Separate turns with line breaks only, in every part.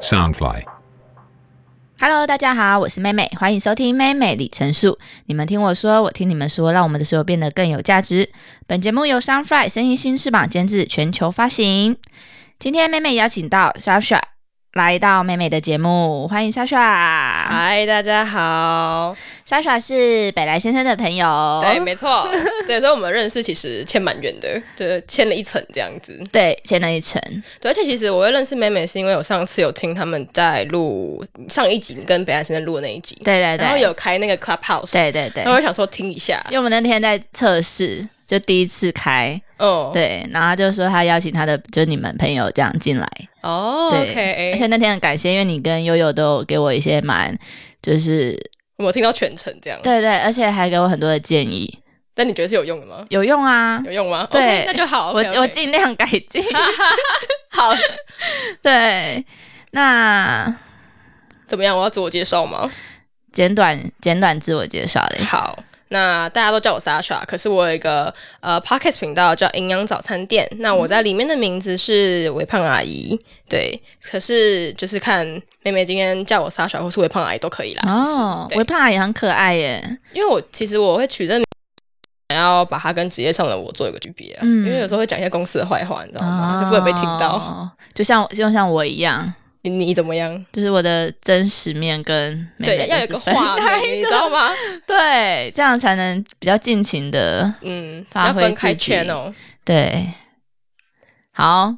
Soundfly.
Hello，大家好，我是妹妹，欢迎收听妹妹李成树。你们听我说，我听你们说，让我们的所有变得更有价值。本节目由 Sunfly 生意新翅膀监制，全球发行。今天妹妹邀请到 Sasha 来到妹妹的节目，欢迎 Sasha。
嗨，大家好。
Sasha 是北来先生的朋友，
对，没错， 对，所以我们认识其实欠蛮远的，对，欠了一层这样子。
对，签了一层，
对，而且其实我会认识美美，是因为我上次有听他们在录上一集跟北岸先生录的那一集，
对对
然后
对，
有开那个 Clubhouse，，
对对对，
然后我想说听一下，
因为我们那天在测试，就第一次开，
哦，，
对，然后他就说他邀请他的就是你们朋友这样进来，
哦
对
，OK，
而且那天很感谢，因为你跟悠悠都有给我一些蛮，就是
我听到全程这样，
对对，而且还给我很多的建议，
但你觉得是有用的吗？
有用啊
有。用吗？
对
OK，那就 好
我
，OK，OK，
我尽量改 进。
好，
对，那
怎么样？我要自我介绍吗？
简短简短自我介绍嘞。
好，那大家都叫我 Sasha，可是我有一个呃 Podcast 频道叫营养早餐店，那我在里面的名字是微胖阿姨，对，可是就是看妹妹今天叫我 Sasha 或是微胖阿姨都可以啦，其实
哦，
对
微胖也很可爱耶。
因为我其实我会取这名想要把它跟职业上的我做一个区别、啊，
嗯
因为有时候会讲一些公司的坏话，你知道吗？就不能被听到。
哦，就像就像我一样，
你你怎么样？
就是我的真实面跟美
对，
美
要有
是
一个
分
话
开
题，你
的
知道吗？
对，这样才能比较尽情的
嗯，
发
要
挥
分开
自己
channel。
对，好，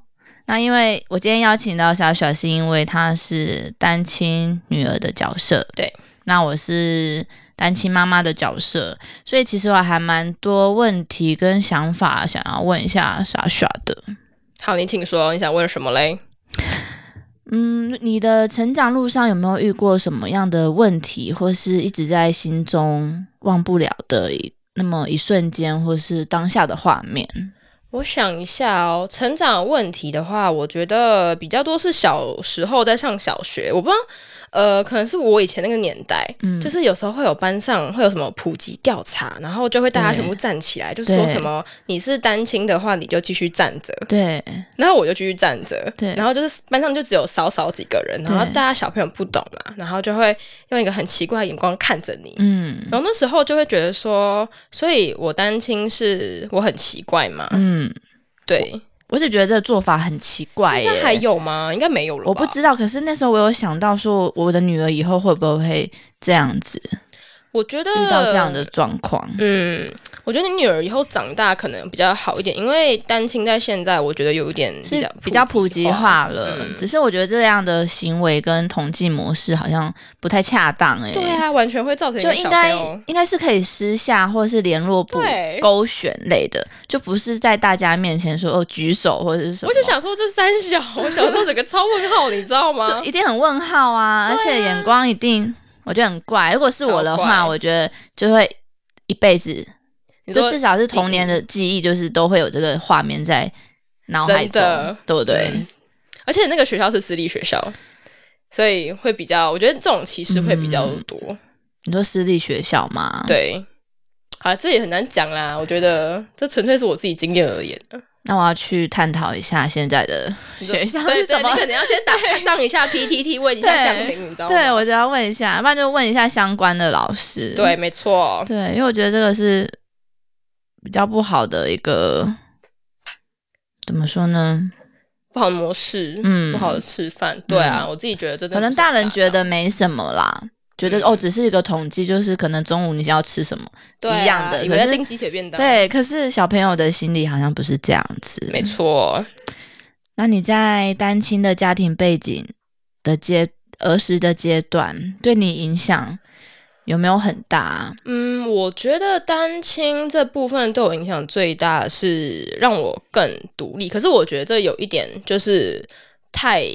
那因为我今天邀请到小雪，是因为她是单亲女儿的角色，
对，
那我是单亲妈妈的角色，所以其实我还蛮多问题跟想法想要问一下傻傻的。
好，你请说，你想问什么嘞？
嗯，你的成长路上有没有遇过什么样的问题，或是一直在心中忘不了的一那么一瞬间，或是当下的画面？
我想一下哦，成长问题的话，我觉得比较多是小时候在上小学，我不知道，呃，可能是我以前那个年代，
嗯
就是有时候会有班上会有什么普及调查，然后就会大家
对
全部站起来，就是说
对
什么你是单亲的话，你就继续站着，
对，
然后我就继续站着，
对
然后就是班上就只有少少几个人，然后
对
大家小朋友不懂嘛，然后就会用一个很奇怪的眼光看着你，
嗯
然后那时候就会觉得说，所以我单亲是我很奇怪嘛，
嗯。
对。
我只觉得这个做法很奇怪
现
耶、
在还有吗？应该没有了吧。
我不知道。可是那时候我有想到说，我的女儿以后会不会这样子
我觉得
遇到这样的，状况？
嗯，我觉得你女儿以后长大可能比较好一点，因为单亲在现在我觉得有一点比
是
较
比较普及
化。
化了，
嗯
只是我觉得这样的行为跟统计模式好像不太恰当哎、
对啊，完全会造成一
就
个
应
小
该
朋友
应该是可以私下或是联络部
对
勾选类的，就不是在大家面前说哦举手或者是什么，
我就想说这三 小，我小时候整个超问号，你知道吗
这？一定很问号啊，而且眼光一定我觉得很怪。如果是我的话，
超怪
我觉得就会一辈子，
你
就
说
至少是童年的记忆，就是都会有这个画面在脑海
真
中
的，
对不对？
嗯而且那个学校是私立学校，所以会比较，我觉得这种歧视会比较
嗯
多。
你说私立学校嘛，，
对，啊，这也很难讲啦。我觉得这纯粹是我自己经验而言。
那我要去探讨一下现在的学校
对
是
对，
怎
你
么。
可能要先 打上一下 PTT，问一下
对
乡民，你知道吗？
对，我就要问一下，不然就问一下相关的老师。
对，没错，
对，因为我觉得这个是比较不好的一个，怎么说呢？
不好的模式，
嗯
不好的示范。对啊，我自己觉得这真的
可能
不是
大人
家
觉
长
得没什么啦，觉得、
嗯
哦，只是一个统计，就是可能中午你想要吃什么，
对啊
一样的
以为在
可是
订鸡腿便当。，
对。可是小朋友的心理好像不是这样子。
没错。
那你在单亲的家庭背景的阶儿时的阶段，对你影响有没有很大啊？
嗯，我觉得单亲这部分对我影响最大的是让我更独立，可是我觉得这有一点就是太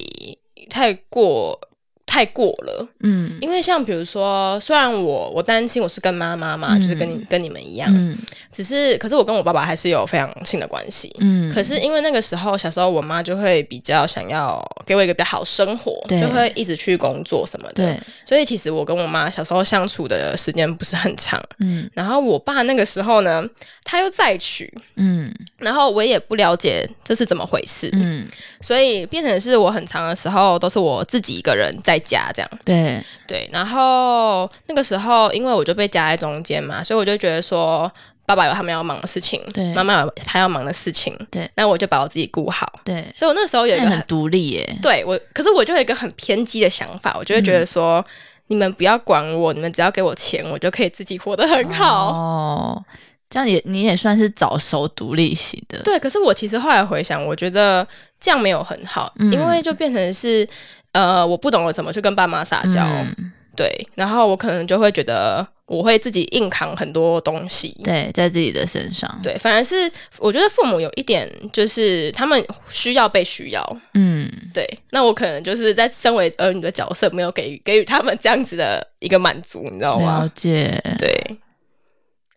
太过太过了。
嗯
因为像比如说，虽然我我单亲，我是跟妈妈嘛，就是跟你跟你们一样，
嗯
只是，可是我跟我爸爸还是有非常亲的关系。
嗯，
可是因为那个时候小时候，我妈就会比较想要给我一个比较好生活，
对
就会一直去工作什么的。
对，
所以其实我跟我妈小时候相处的时间不是很长。
嗯
然后我爸那个时候呢，他又再娶，
嗯
然后我也不了解这是怎么回事，
嗯，
所以变成是我很长的时候都是我自己一个人在家这样。
对，
对，然后那个时候因为我就被夹在中间嘛，所以我就觉得说。爸爸有他们要忙的事情，
对
妈妈有她要忙的事情，
对，
那我就把我自己顾好。
对，
所以我那时候有一
那
个
你
很
很独立耶，
对我，可是我就有一个很偏激的想法，我就会觉
嗯
得说，你们不要管我，你们只要给我钱，我就可以自己活得很好。
哦，这样也你也算是早熟独立型的，
对，可是我其实后来回想，我觉得这样没有很好，
嗯
因为就变成是，呃，我不懂得怎么去跟爸妈撒娇，
嗯
对，然后我可能就会觉得我会自己硬扛很多东西，
对，在自己的身上，
对，反而是我觉得父母有一点就是他们需要被需要，
嗯，
对，那我可能就是在身为儿女的角色，没有给予给予他们这样子的一个满足，你知道
了
吗？
解。
对，啊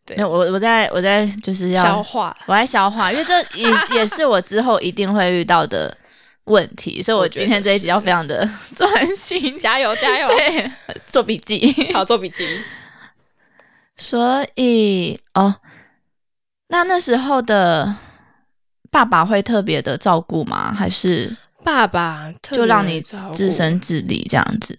对
没有，我我在我在就是要
消化，
我在消化，因为这 也也是我之后一定会遇到的问题，所以我
我觉
今
得
天这一集
是
要非常的 专心，
加油加油，
对，做笔记。
好做笔 记。
所以哦，那那时候的爸爸会特别的照顾吗？还是
爸爸特
就
别
让你
照顾
自生，自理这样子？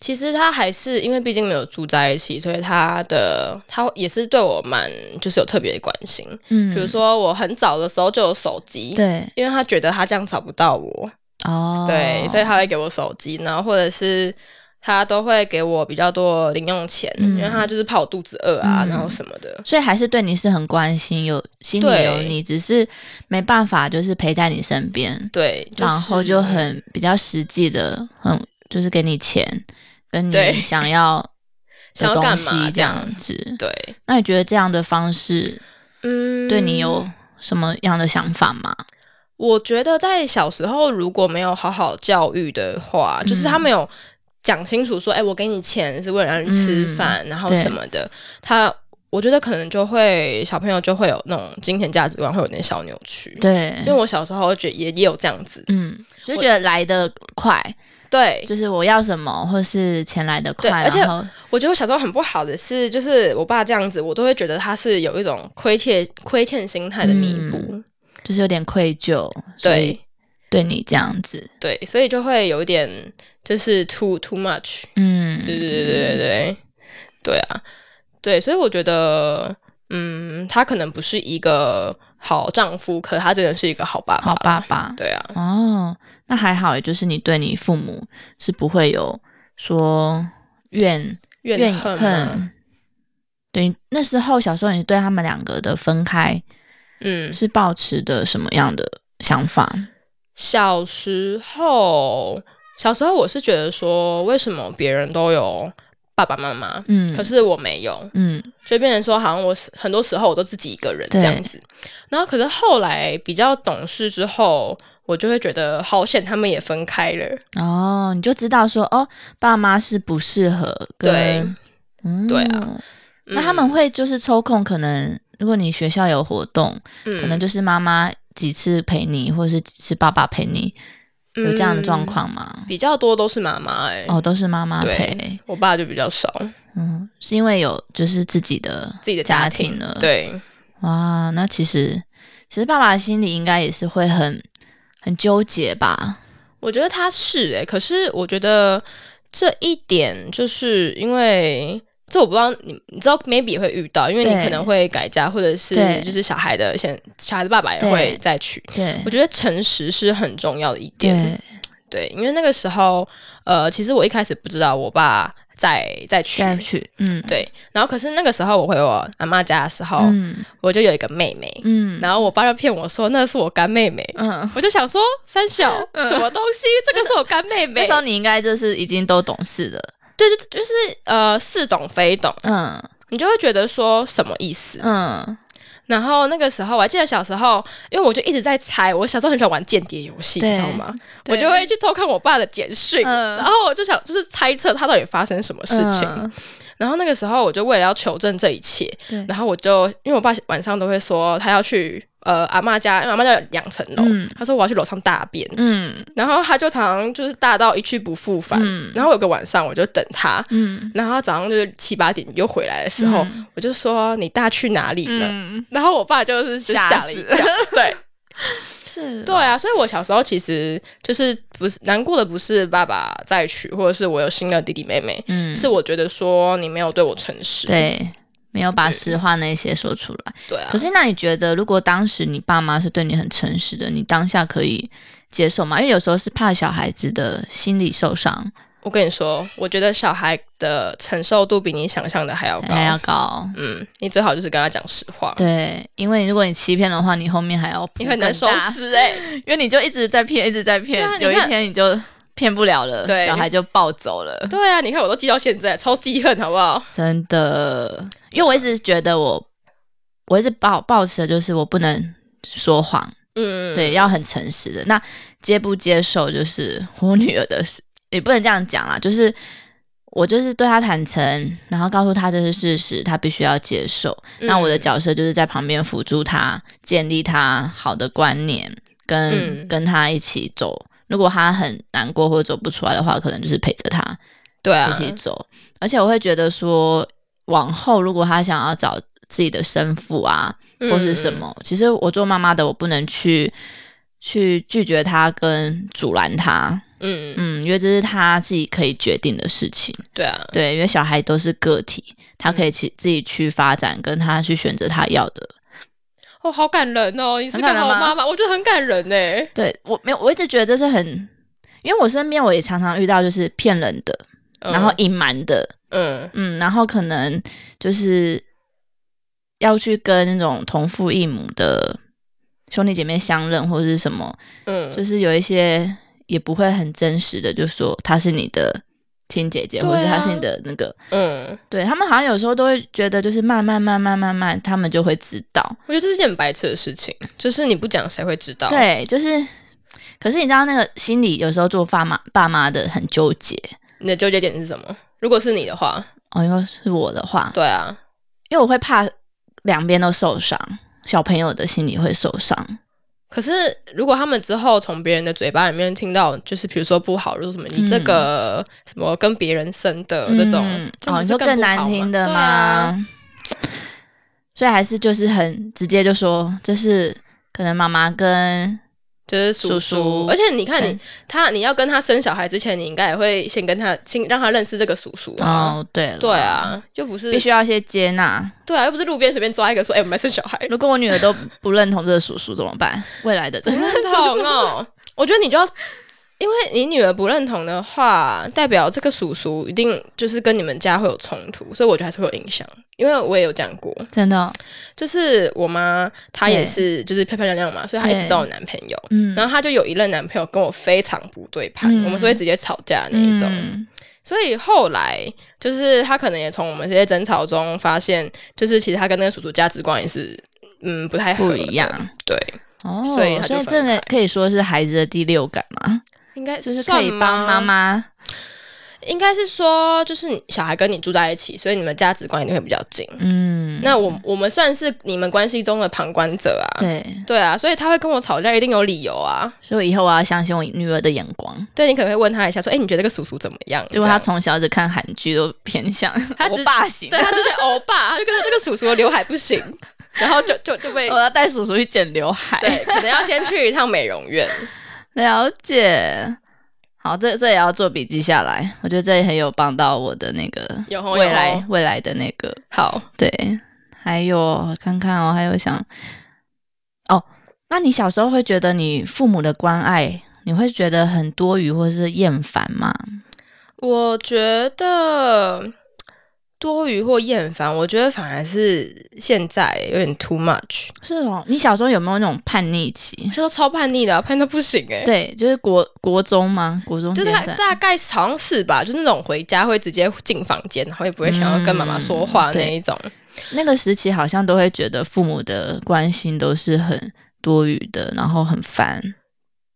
其实他还是因为毕竟没有住在一起，所以他的他也是对我蛮就是有特别的关心。
嗯，
比如说我很早的时候就有手机，
对
因为他觉得他这样找不到我，
哦，
对，所以他会给我手机，然后或者是他都会给我比较多零用钱，
嗯
因为他就是怕我肚子饿啊，
嗯
然后什么的。
所以还是对你是很关心，有心里
对
有你，只是没办法就是陪在你身边，
对，就是
然后就很比较实际的，很就是给你钱，跟
对
你想要
想
的
要
东
干嘛
西
这样
样子。
对，
那你觉得这样的方式
嗯
对你有什么样的想法吗？
我觉得在小时候如果没有好好教育的话，就
嗯
是他没有讲清楚说，哎、我给你钱是为了让你吃饭，然后
嗯对
什么的，他。我觉得可能就会小朋友就会有那种金钱价值观会有点小扭曲，
对
因为，我小时候觉得也也有这样子，
嗯，就
我
觉得来的快，
对，
就是我要什么，或是钱来的快，
对而且
然后
我觉得我小时候很不好的是，就是我爸这样子，我都会觉得他是有一种亏欠亏欠心态的弥补，
就是有点愧疚，嗯所以
对
对你这样子，
对，所以就会有一点就是 too too much，
嗯，
对对对对对对，对啊，对，所以我觉得，嗯，他可能不是一个好丈夫，可他真的是一个好爸爸，
好爸，爸，
对啊，
哦，那还好，也就是你对你父母是不会有说怨
怨恨啊嘛，
对，那时候小时候你对他们两个的分开
嗯，
是抱持的什么样的想法？
小时候，小时候我是觉得说，为什么别人都有爸爸妈妈，
嗯，
可是我没有，
嗯
所以变成说，好像我是很多时候我都自己一个人
对
这样子。然后，可是后来比较懂事之后，我就会觉得好险，他们也分开了。
哦，你就知道说哦，爸妈是不适合跟
对，
嗯
对啊。
那他们会就是抽空，可能如果你学校有活动，
可
可能就是妈妈几次陪你，或者是几次爸爸陪你，有这样的状、况吗？
嗯比较多都是妈妈哎、
哦，都是妈妈陪
对，，我爸就比较少
嗯，是因为有就是自己的
自己的
家
庭
了，，
对
哇，那其实其实爸爸心里应该也是会很很纠结吧，
我觉得他是哎、可是我觉得这一点就是因为。这我不知道你，你知道 maybe 会遇到，因为你
对
可能会改嫁，或者是
对
就是小孩的现小孩的爸爸也
对
会再娶。
对
我觉得诚实是很重要的一点。
对，
对，因为那个时候，呃，其实我一开始不知道我爸在在娶，
再去，嗯，
对，然后可是那个时候我回我阿妈家的时候，
嗯
我就有一个妹妹，
嗯
然后我爸就骗我说那是我干妹妹，
嗯。
我就想说三小什么东西，这个是我干
那
妹 妹
时，候你应该就是已经都懂事了，
对，就就是呃似懂非懂，
嗯
你就会觉得说什么意思。
嗯，
然后那个时候我还记得小时候，因为我就一直在猜，我小时候很喜欢玩间谍游戏，
对
你知道吗？
对
我就会去偷看我爸的简讯，
嗯
然后我就想就是猜测他到底发生什么事情。
嗯
然后那个时候我就为了要求证这一切，
对
然后我就因为我爸晚上都会说他要去呃阿嬷家，因为阿嬷家有两层楼，
嗯
他说我要去楼上大便，
嗯
然后他就常常就是大到一去不复返。
嗯
然后有个晚上我就等他，
嗯，
然后他早上就是七八点又回来的时候，
嗯
我就说你大去哪里了？
嗯，
然后我爸就是就吓了一 跳，对
是，
对啊，所以我小时候其实就是不是难过的不是爸爸再娶，或者是我有新的弟弟妹妹，
嗯，
是我觉得说你没有对我诚实，
对，没有把实话那些说出来。
对啊
可，是那你觉得，如果当时你爸妈是对你很诚实的，你当下可以接受吗？因为有时候是怕小孩子的心理受伤
我跟你说，我觉得小孩的承受度比你想象的还要高。
还要高。
嗯，你最好就是跟他讲实话，
对，因为如果你欺骗的话，你后面还要
你
补
很难
更
收
大，
拾哎、
因为你就一直在骗，一直在骗，
对啊你
有一
看
天你就骗不了了，
对
小孩就暴走了。
对啊，你看我都记到现在，超记恨好不好？
真的，因为我一直觉得我，我一直抱抱持的就是我不能说谎，
嗯，
对，要很诚实的。那接不接受就是我女儿的事，也不能这样讲啦，就是我就是对她坦诚，然后告诉她这是事实，她必须要接受。
嗯
那我的角色就是在旁边辅助她，建立她好的观念，跟、
嗯
跟她一起走。如果她很难过或者走不出来的话，可能就是陪着她。
对啊
一，起走。而且我会觉得说，往后如果他想要找自己的生父啊，
嗯
或是什么，其实我做妈妈的，我不能去去拒绝他跟阻拦他，
嗯，
嗯，因为这是他自己可以决定的事情。
对啊，
对，因为小孩都是个体，他
嗯
可以去自己去发展，跟他去选择他要的。
哦，好感人哦，你是
很
个
感人
好
吗
妈妈，我觉得很感人哎。
对我没有，我一直觉得这是很。因为我身边我也常常遇到就是骗人的，
嗯
然后隐瞒的，
嗯
嗯，然后可能就是要去跟那种同父异母的兄弟姐妹相认，或者是什么，
嗯，
就是有一些也不会很真实的，就说她是你的亲姐姐，
对啊
或者是她是你的那个，
嗯，
对他们好像有时候都会觉得，就是慢慢慢慢慢慢，他们就会知道，
我觉得这是件很白痴的事情，就是你不讲谁会知道？，
对，就是。可是你知道那个心里有时候做爸妈爸妈的很纠结
你的纠结点是什么？如果是你的话，
哦，因为是我的话，
对啊，
因为我会怕两边都受伤，小朋友的心里会受伤。
可是，如果他们之后从别人的嘴巴里面听到，就是比如说不好，就是什么你这个什么跟别人生的这种，
嗯
这
哦，
不
你
是
说
更
更
不好
难听的
对
吗？
啊
所以还是就是很直接就说，这是可能妈妈跟
就是叔
叔叔
而且你看你
对
他，你要跟他生小孩之前，你应该也会先跟他先让他认识这个叔叔啊。
哦对了
对，啊，又不是
必须要先接纳。
对啊，又不是路边随便抓一个说，哎、我们来生小孩，
如果我女儿都不认同这个叔叔怎么办？未来的这啊
不 认同哦。我觉得你就要，因为你女儿不认同的话，代表这个叔叔一定就是跟你们家会有冲突，所以我觉得还是会有影响。因为我也有讲过，
真的哦，
就是我妈，她也
对
是就是漂漂亮亮嘛，所以她一直
对
都有男朋友。
嗯，
然后她就有一任男朋友跟我非常不对盘，
嗯
我们是会直接吵架那一种。
嗯
所以后来就是她可能也从我们这些争吵中发现，就是其实她跟那个叔叔价值观也是嗯不太合
不
的
一样。
对，
哦，
所以他就
所以
分
这个
开
可以说是孩子的第六感嘛，
应该
就是可
算
以帮妈
吗。
妈。
应该是说，就是你小孩跟你住在一起，所以你们价值观一定会比较近。
嗯，
那我我们算是你们关系中的旁观者啊，
对，
对啊，所以他会跟我吵架，一定有理由啊。
所以以后我要相信我女儿的眼光。
对你可能会问他一下，说：“哎、你觉得这个叔叔怎么样？”
结果他
这样
从小只看韩剧都偏 向
他
欧
只
巴型，
对他就是欧巴，他就跟着这个叔叔的刘海不行，然后就就就被
我要带叔叔去剪刘海。
对，可能要先去一趟美容院。
了解。好，这这也要做笔记下来，我觉得这也很有帮到我的那个
有吼有吼
未来未来的那个
好，
对，还有看看哦，还有想哦，那你小时候会觉得你父母的关爱，你会觉得很多余或是厌烦吗？
我觉得多余或厌烦，我觉得反而是现在有点 too much，
是哦，你小时候有没有那种叛逆期？
这都超叛逆的、啊，叛到不行哎、
对，就是国国中吗？国中
就是
阶
他
段
大概好像是吧，就是那种回家会直接进房间，然后也不会想要跟妈妈说
嗯
话那
对
一种。
那个时期好像都会觉得父母的关心都是很多余的，然后很烦。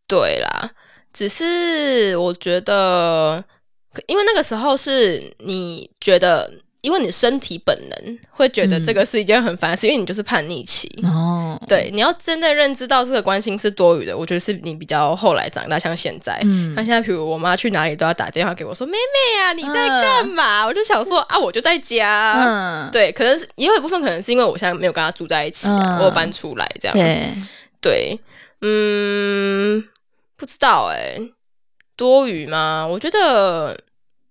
对啦，只是我觉得，因为那个时候是你觉得因为你身体本能会觉得这个是一件很烦的事，因为你就是叛逆期。
哦，
对，你要真的认知到这个关心是多余的，我觉得是你比较后来长大，像现在，
嗯
那现在，比如我妈去哪里都要打电话给我说：“妹妹啊，你在干嘛？”我就想说啊，我就在家。
嗯，
对，可能是也有一部分可能是因为我现在没有跟她住在一起、啊，
嗯
我有搬出来这样。
对，
对，嗯，不知道哎、多余吗？我觉得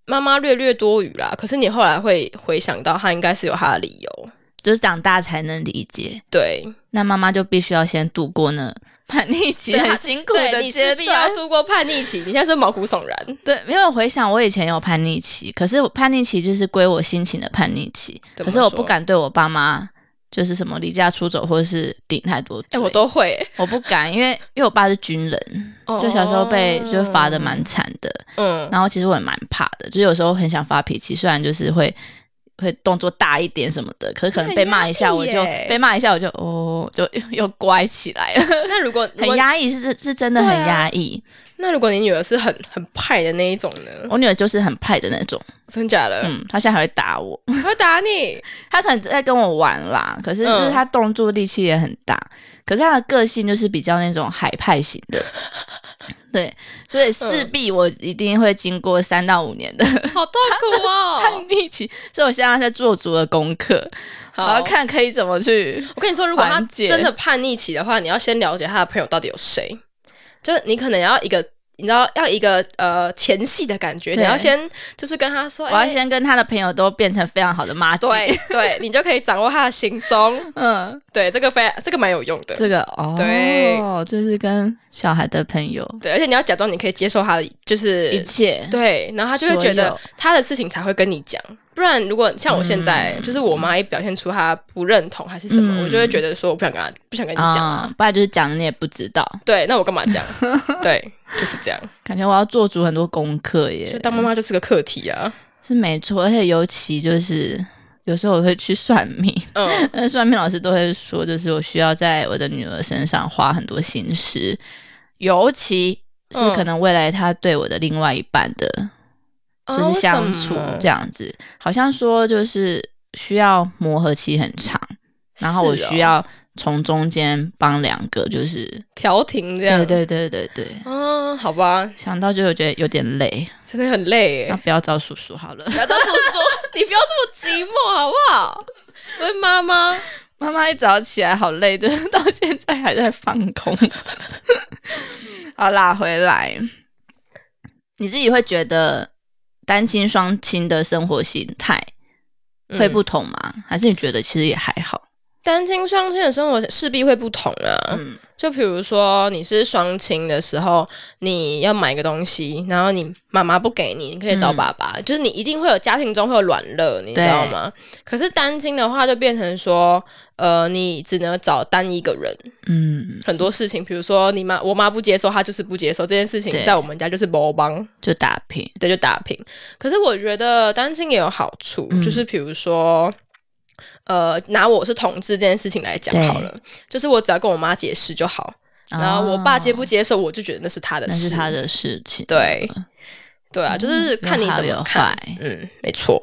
妈妈略略多余啦。可是你后来会回想到，她应该是有她的理由。
就是长大才能理解。
对，
那妈妈就必须要先度过呢叛逆期，
对
很
她
辛苦
对
的
你
阶
势必要
段。
度过叛逆期，你现在是毛骨悚然。
对，因为我回想我以前有叛逆期，可是我叛逆期就是归我心情的叛逆期，
怎
可
么
是我
说
不敢对我爸妈就是什么离家出走或者是顶太多
哎、
罪。
我都哦会、
我不敢，因为因为我爸是军人，就小时候被就是罚的蛮惨的，
嗯，
然后其实我也蛮怕的，就是有时候很想发脾气，虽然就是会会动作大一点什么的，可是可能被骂一下
很
我
压抑
就
耶
被骂一下我就哦就 又又乖起来了，
那如果如
很
果
压抑是是真的很
对啊
压抑。
那如果你女儿是很很派的那一种呢？
我女儿就是很派的那种，
真假的？
嗯，她现在还会打我，
她会打你？
她可能在跟我玩啦，可是就是
嗯
她动作力气也很大，可是她的个性就是比较那种海派型 的。对，所以势必我一定会经过三到五年的
好痛苦哦！
叛逆期，所以我现在在做足了功课，我要
好，
看可以怎么去。
我跟你说，如果她
缓解
真的叛逆期的话，你要先了解她的朋友到底有谁，就是你可能要一个。你知道要一个呃前戏的感觉，
对
你要先就是跟她说，
我要
哎
先跟他的朋友都变成非常好的妈姐。，
对对，你就可以掌握她的行踪。
嗯，
对，这个非这个蛮有用的，
这个哦，
对，
就是跟小孩的朋友
对，而且你要假装你可以接受她的，就是
一切，
对，然后他就会
所
觉得
有
他的事情才会跟你讲，不然如果像我现在，就是我妈一表现出她不认同还是什么，
嗯
我就会觉得说我不想跟她，不想跟你讲啊。
嗯不然就是讲了你也不知道。
对，那我干嘛 讲？对，就是这样。
感觉我要做足很多功课
所以
耶，
当妈妈就是个课题啊。
是没错，而且尤其就是有时候我会去算命，
嗯，
那算命老师都会说，就是我需要在我的女儿身上花很多心思，尤其是
嗯
可能未来她对我的另外一半的
啊
就是相处这
样。
样子，好像说就是需要磨合期很长，然后我
是哦
需要从中间帮两个，就是
调停这样。
对。对对对对，
嗯，好吧，
想到就有觉得有点累，
真的很累
那
耶。
不要找叔叔好了。
不要这么说，你不要这么寂寞好不好？ 所以妈妈，
妈妈一早起来好累，就是到现在还在放空。 好啦，回来，你自己会觉得单亲双亲的生活形态会
嗯
不同吗？还是你觉得其实也还好？
单亲双亲的生活势必会不同啊。
嗯
就比如说你是双亲的时候，你要买个东西，然后你妈妈不给你，你可以找爸爸，就是你一定会有家庭中会有软肋，你
嗯
知
对
道吗？可是单亲的话，就变成说，呃，你只能找单一个人，
嗯，
很多事情，比如说你妈，我妈不接受，她就是不接受这件事情
对，
在我们家就是包帮。
就打平。
对，就打平。可是我觉得单亲也有好处，
嗯
就是比如说，呃，拿我是同志这件事情来讲
对哦
好了，就是我只要跟我妈解释就好，然后我爸接不接受，我就觉得那是他的
那是
事，
他，的事情。
对对啊，就是看你怎
有
么
好有
看
坏，
嗯，没错。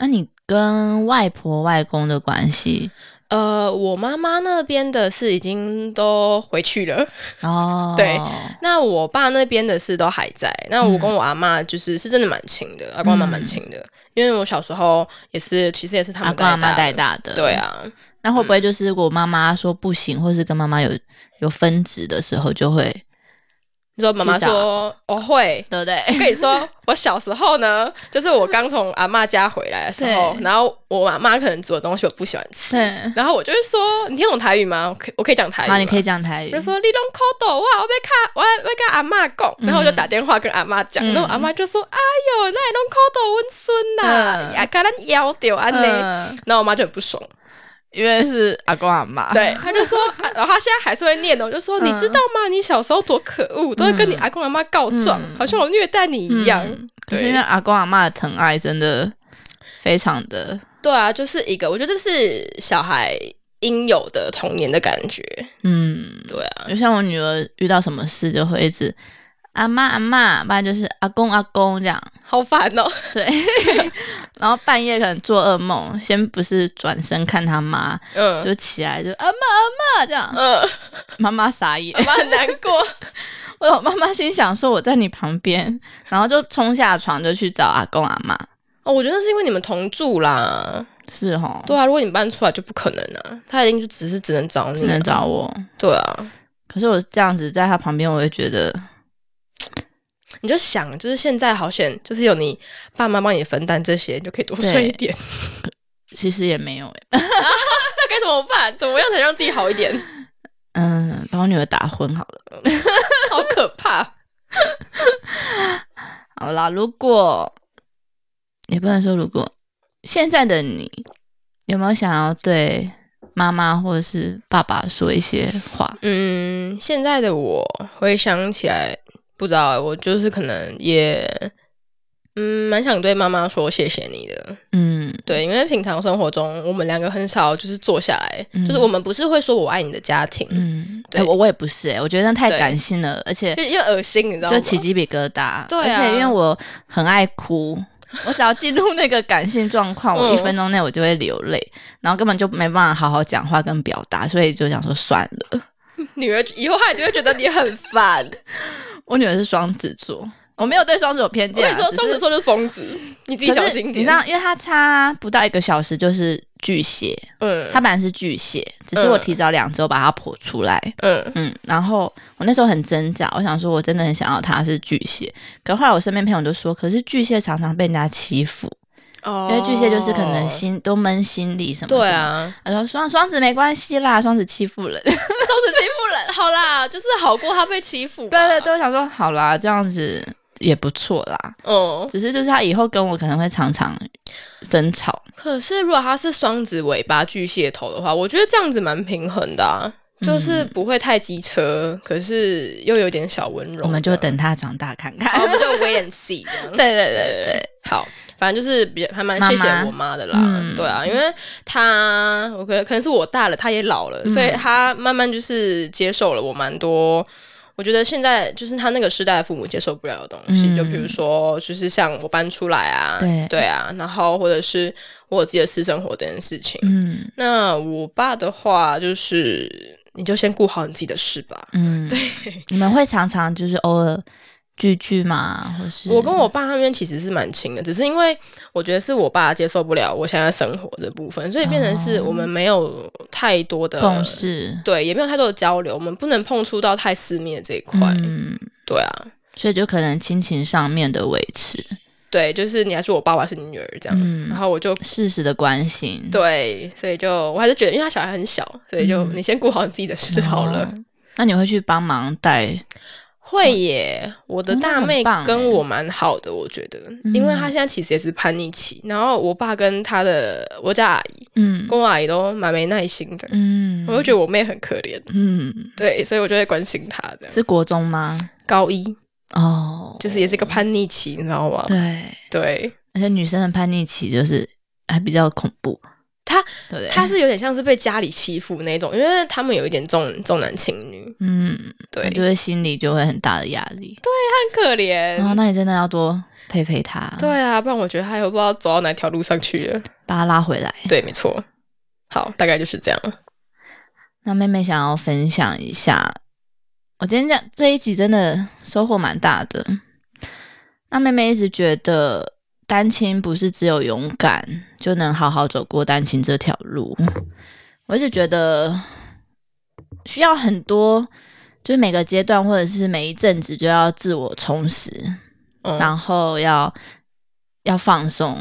那你跟外婆外公的关系
呃，我妈妈那边的是已经都回去了，
哦，
对那我爸那边的事都还在。那
嗯
我跟我阿妈就是、是真的蛮亲的，阿公阿妈蛮亲的，因为我小时候也是，其实也是他
阿
们
公阿妈带
带的。
大的，
对啊，
那会不会就是如果妈妈说不行，或是跟妈妈有有分歧的时候，就会
你说妈妈
去找
说我会，
对不
我
对？
跟 你说，我小时候呢，就是我刚从阿嬷家回来的时候，
对
然后我阿妈可能煮的东西我不喜欢吃
对，
然后我就会说，你听懂台语吗？我可以我可以讲台语吗，
好，你可以讲台语，
我就说你拢口抖哇，我被卡，我要我要跟阿嬷讲，然后我就打电话跟阿嬷讲，
嗯
然后阿嬷就说，哎呦，那你拢口抖温孙
嗯
呐，啊，给咱咬掉安尼。
嗯，
然后我妈就很不爽，
因为是阿公阿妈，
对，她就说，啊然后她现在还是会念的，我就说，
嗯
你知道吗？你小时候多可恶，都会跟你阿公阿妈告状
嗯，
好像我虐待你
嗯
一样。
可
对
是因为阿公阿妈的疼爱真的非常的，
对啊，就是一个，我觉得这是小孩应有的童年的感觉。
嗯，
对啊，
就像我女儿遇到什么事就会一直阿妈阿妈，不然就是阿公阿公这样，
好烦哦、
对，然后半夜可能做噩梦，先不是转身看他妈，
嗯
就起来就阿妈阿妈这样，
嗯，
妈妈傻眼
妈，妈很难过。
我妈妈心想说我在你旁边，然后就冲下床就去找阿公阿妈，
哦，我觉得是因为你们同住啦，
是哦，
对啊，如果你搬出来就不可能啊，他一定就只是只能找你、啊，
只能找我。
对啊，
可是我这样子在他旁边，我会觉得
你就想，就是现在好险，就是有你爸妈帮你分担这些，你就可以多睡一点。
其实也没有欸
那该怎么办？怎么样才让自己好一点？
嗯，把我女儿打昏好了。
好可怕！
好啦，如果也不能说如果现在的你有没有想要对妈妈或者是爸爸说一些话？
嗯，现在的我回想起来，不知道我就是可能也，嗯，蛮想对妈妈说谢谢你的。
嗯
对，因为平常生活中我们两个很少就是坐下来，
嗯
就是我们不是会说我爱你的家庭，
嗯，
对
哎我我也不是哎、我觉得那太
对
感性了，而且
就又恶心，你知道吗？
就起鸡皮疙瘩。
对啊
而且因为我很爱哭，我只要进入那个感性状况，我
嗯
一分钟内我就会流泪，然后根本就没办法好好讲话跟表达，所以就想说算了。
女儿以后她就会觉得你很烦。
我女儿是双子座，我没有 对双子有偏
我
见、
跟
啊，
你说，
只是
双子座就是疯子，你自己小心
可
点。
是你知道，因为他差不到一个小时就是巨蟹，
嗯，
他本来是巨蟹，只是我提早两周把它剖出来。
嗯
嗯，然后我那时候很挣扎，我想说我真的很想要他是巨蟹，可后来我身边朋友都说，可是巨蟹常常被人家欺负，
哦
因为巨蟹就是可能心都闷心里什么
对
什么。
啊，
他说双双子没关系啦，双子欺负人。
双子欺负人，好啦，就是好过他被欺负。
对对，对，我想说好啦，这样子也不错啦。
嗯。
只是就是他以后跟我可能会常常争吵，
可是如果他是双子尾巴巨蟹头的话，我觉得这样子蛮平衡的、啊，
嗯
就是不会太机车，可是又有点小温柔。
我们就， 等他长大看看。
好哦我们就 wait and see 这样。
对对对对，
好，反正就是比较还蛮谢谢
妈妈
我妈的啦，
嗯
对啊，因为她我可可能是我大了，她也老
嗯
了，所以她慢慢就是接受了我蛮多。我觉得现在就是她那个时代的父母接受不了的东西，
嗯
就比如说，就是像我搬出来啊，
对
啊，然后或者是我有自己的私生活这件事情。
嗯
那我爸的话就是，你就先顾好你自己的事吧。
嗯， 你们会常常就是偶尔聚聚吗？或是
我跟我爸他们其实是蛮亲的，只是因为我觉得是我爸接受不了我现在生活的部分，所以变成是我们没有太多的
共，事
对，也没有太多的交流，我们不能碰触到太私密的这一块。
嗯，
对啊，
所以就可能亲情上面的维持，
对，就是你还是我爸爸是你女儿这样，
嗯
然后我就
适时的关心，
对，所以就我还是觉得，因为他小孩很小，所以就、
嗯
你先顾好你自己的事好了。
哦。那你会去帮忙带？
会耶，我的
哦那
大
很
妹
棒耶
跟我蛮好的，我觉得，因为
嗯
她现在其实也是叛逆期，然后我爸跟她的我家阿姨
嗯
跟我阿姨都蛮没耐心的，
嗯，
我就觉得我妹很可怜，
嗯，
对，所以我就会关心她这样。
是国中吗？
高一
哦，
就是也是个叛逆期，你知道吗？
对，
对，
而且女生的叛逆期就是还比较恐怖，
她
对不对？
她是有点像是被家里欺负那种，因为他们有一点重重男轻女，
嗯，
对，
就会心里就会很大的压力。
很可怜。
哦，那你真的要多陪陪她，
对啊，不然我觉得她又不知道走到哪条路上去了。
把她拉回来。
对，没错。好，大概就是这样。
那妹妹想要分享一下，我今天讲这一集真的收获蛮大的。那妹妹一直觉得单亲不是只有勇敢就能好好走过单亲这条路，我一直觉得需要很多，就是每个阶段或者是每一阵子就要自我充实，
嗯
然后要要放松，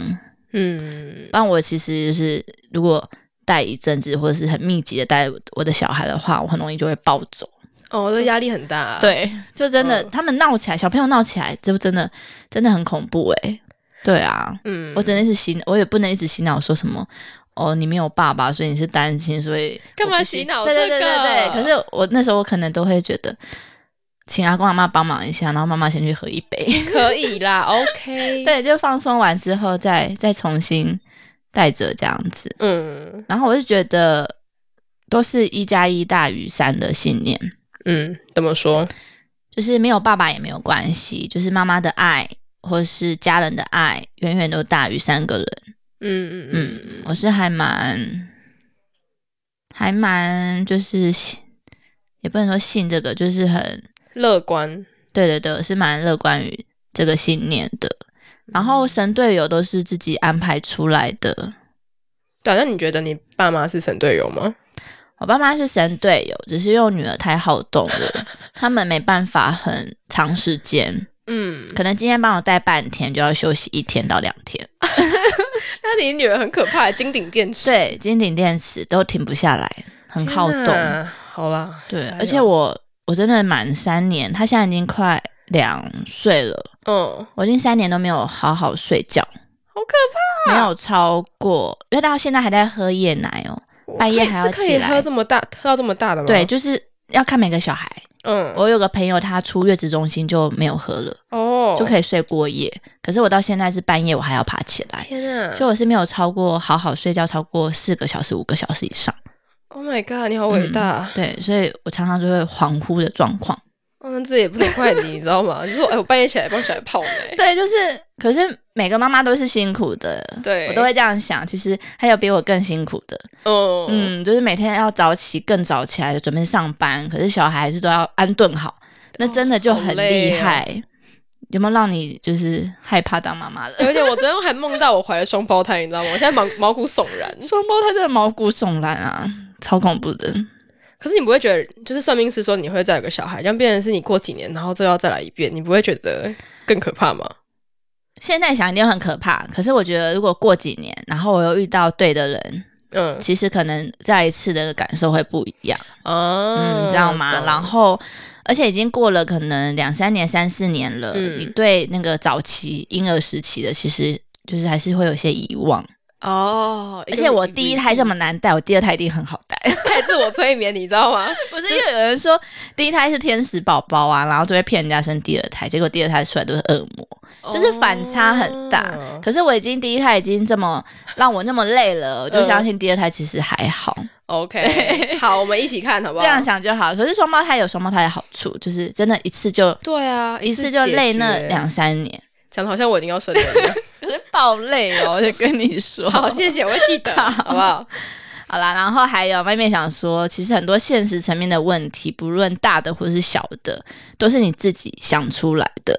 嗯
但我其实就是如果带一阵子或者是很密集的带我的小孩的话，我很容易就会暴走。
哦，这压力很大。，
对，就真的、
嗯
他们闹起来，小朋友闹起来，就真的真的很恐怖诶、对啊，
嗯，
我只能一直洗，我也不能一直洗脑说什么。哦，你没有爸爸，所以你是单亲，所以
干嘛
我不行
洗脑
对对对
这个
对对。可是我那时候我可能都会觉得，请阿公阿妈帮忙一下，然后妈妈先去喝一杯，
可以 啦，OK。，
对，就放松完之后再再重新带着这样子。
嗯
然后我就觉得都是一加一大于三的信念，
嗯，怎么说？
就是没有爸爸也没有关系，就是妈妈的爱或是家人的爱，远远都大于三个人。
嗯嗯
嗯，我是还蛮，还蛮就是信，也不能说信这个，就是很
乐观，
对对对，我是蛮乐观于这个信念的。然后神队友都是自己安排出来的，
对啊。那你觉得你爸妈是神队友吗？
我爸妈是神队友，只是因为我女儿太好动 了，他们没办法很长时间，
嗯，
可能今天帮我带半天，就要休息一天到两天。
那你女儿很可怕，金顶电池，
对，金顶电池都停不下来，很
天
好动。
哪。好啦，
对
加，油
而且我我真的满三年，他现在已经快两岁了，
嗯，
我已经三年都没有好好睡觉，
好可怕哦
没有超过，因为到现在还在喝夜奶哦。，
我
半夜
可以
还要
是可以
起来
喝这么大，喝到这么大的吗？
对，，就是要看每个小孩。
嗯，
我有个朋友，他出月子中心就没有喝了，
哦，
就可以睡过夜。可是我到现在是半夜，我还要爬起来，
天啊
所以我是没有超过好好睡觉超过四个小时、五个小时以上。
！Oh my god，你好伟大！
对，所以我常常就会恍惚的状况。
哦，那这也不能怪你，你知道吗？你说，哎，我半夜起来帮小孩泡奶，
对，就是，可是每个妈妈都是辛苦的，
对
我都会这样想。其实还有比我更辛苦的，
嗯，
嗯，就是每天要早起，更早起来准备上班，可是小孩还是都要安顿好，那真的就
好
很
累
厉
哦
害。有没有让你就是害怕当妈妈了？
有一点，我昨天还梦到我怀了双胞胎，你知道吗？我现在毛毛骨悚然。
双胞胎真的毛骨悚然啊，超恐怖的。
可是你不会觉得，就是算命师说你会再有个小孩，这样变成是你过几年，然后这要再来一遍，你不会觉得更可怕吗？
现在想一定很可怕，可是我觉得如果过几年，然后我又遇到对的人，
嗯
其实可能再一次的感受会不一样。
啊
嗯，你知道吗？
懂
然后，而且已经过了可能两三年、三四年了，
嗯
你对那个早期婴儿时期的，其实就是还是会有些遗忘。
哦，
而且我第哎一胎这
么
么难带，我第二胎一定很好带。
太自我催眠，你知道吗？
不 是因为有人说第一胎是天使宝宝啊，然后就会骗人家生第二胎，结果第二胎出来都是恶魔。就是反差很大
哦
可是我已经第一胎已经这么让我那么累了，我就
嗯
相信第二胎其实还好，
OK，好，我们一起看好不好？
这样想就好。可是双胞胎有双胞胎的好处，就是真的一次就
对啊，
一次就
解
累那
决
两三年。
讲的好像我已经要生了一 样。
可是爆累哦，我就跟你 说。
好，谢谢，我会记得，好不好？
好啦，然后还有妹妹想说，其实很多现实层面的问题，不论大的或是小的，都是你自己想出来的。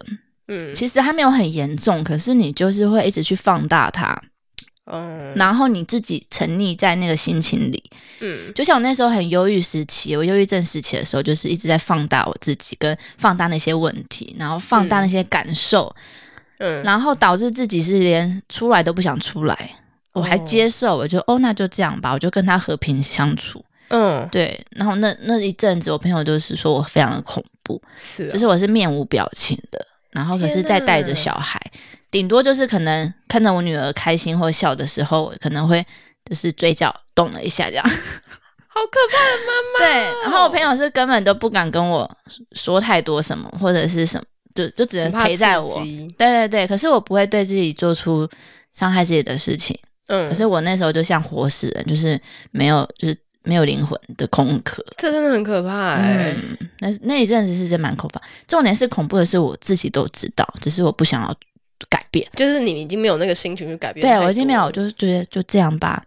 嗯
其实它没有很严重，可是你就是会一直去放大它，
嗯
然后你自己沉溺在那个心情里。
嗯
就像我那时候很忧郁时期，我忧郁症时期的时候，就是一直在放大我自己，跟放大那些问题，然后放大那些感受，
嗯，
然后导致自己是连出来都不想出来，我还
哦
接受，我就哦，那就这样吧，我就跟他和平相处。
嗯，
对，然后那那一阵子，我朋友都是说我非常的恐怖，
是啊，
就是我是面无表情的，然后可是
天
再带
哪
着小孩，顶多就是可能看着我女儿开心或笑的时候，我可能会就是嘴角动了一下这样。
好可怕的妈妈。哦
对，然后我朋友是根本都不敢跟我说太多什么或者是什么，就就只能
很怕
陪在
刺
我。
激
对对对，可是我不会对自己做出伤害自己的事情。
嗯，
可是我那时候就像活死人，就是没有，就是没有灵魂的空壳。
这真的很可怕哎。
嗯，那那一阵子是真蛮恐怖。重点是恐怖的是我自己都知道，只是我不想要改变。
就是你已经没有那个心情去改变太
对
多了。
我已经没有，就是觉得就这样吧。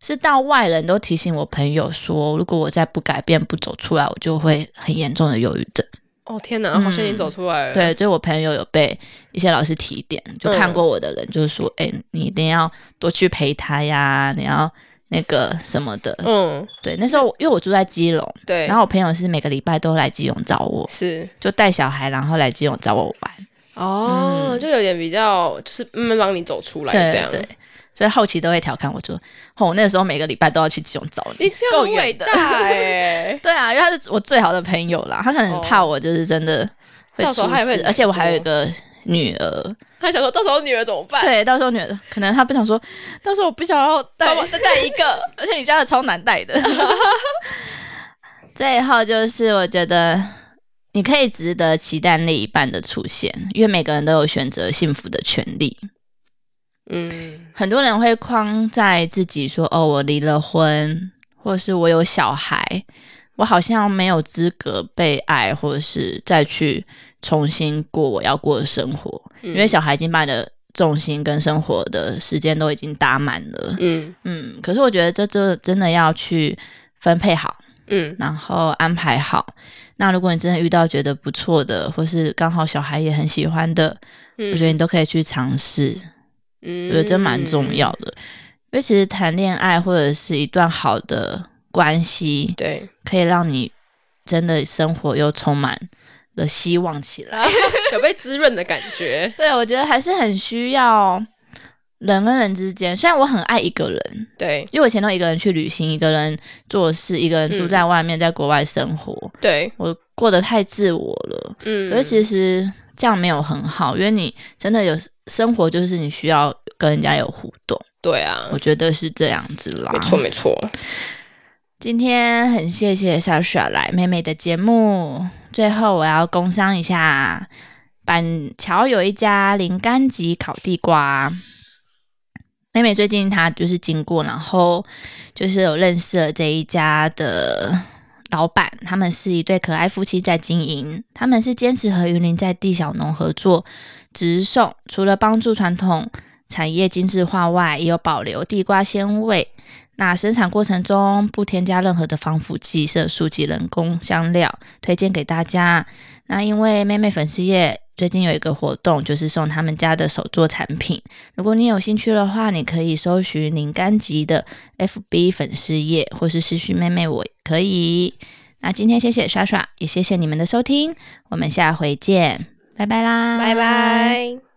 是到外人都提醒我朋友说，如果我再不改变、不走出来，我就会很严重的忧郁症。
哦天哪，好像已经
嗯
走出来了。，
对，就我朋友有被一些老师提点，就看过我的
嗯
人就是说，哎、你一定要多去陪他呀，你要那个什么的。
嗯，
对，那时候我因为我住在基隆，
对。
然后我朋友是每个礼拜都来基隆找我，
是
就带小孩然后来基隆找我玩。
哦，就有点比较，就是慢慢帮你走出来这
对
样。
对，所以后期都会调侃我说，哦，我那时候每个礼拜都要去基隆找
你
你，
这样
够
很伟
远的。
大 哎。
对啊，因为他是我最好的朋友啦，他可能
哦
很怕我就是真的会
到时候
出
他也会
事，
难
而且我还有一
过
个女儿，
他想说，到时候女儿怎么办？
对，到时候女儿可能她不想说，到时候我不想要带
帮，我再带一个。
而且你家的超难带的。 最后就是我觉得你可以值得期待另一半的出现，因为每个人都有选择幸福的权利。
嗯，
很多人会框在自己说：“哦，我离了婚，或是我有小孩，我好像没有资格被爱，或者是再去重新过我要过的生活，因
嗯
为小孩已经把你的重心跟生活的时间都已经搭满了。
嗯
嗯，可是我觉得这这真的要去分配好，
嗯
然后安排好。那如果你真的遇到觉得不错的，或是刚好小孩也很喜欢的，
嗯
我觉得你都可以去尝试。
嗯
我觉得这蛮重要。的，因为其实谈恋爱或者是一段好的关系，
对，
可以让你真的生活又充满了希望起来。
有被滋润的感觉。
对，我觉得还是很需要人跟人之间。虽然我很爱一个人，
对
因为我以前都一个人去旅行，一个人做事，一个人住
嗯
在外面，在国外生活，
对，
我过得太自我了。
嗯，
可是其实这样没有很好，因为你真的有生活，就是你需要跟人家有互动。
对啊
我，觉得是这样子啦。
没错没错。
今天很谢谢小雪来妹妹的节目。最后我要工商一下，板桥有一家林甘吉烤地瓜。妹妹最近她就是经过，然后就是有认识了这一家的老板，他们是一对可爱夫妻在经营，他们是坚持和云林在地小农合作直送，除了帮助传统产业精致化外，也有保留地瓜鲜味。那生产过程中不添加任何的防腐剂、色素及人工香料，推荐给大家。那因为妹妹粉丝页最近有一个活动，就是送他们家的手作产品。如果你有兴趣的话，你可以搜寻林甘吉的 FB 粉丝页，或是私讯妹妹我也可以。那今天谢谢刷刷，也谢谢你们的收听，我们下回见，拜拜啦，
拜拜。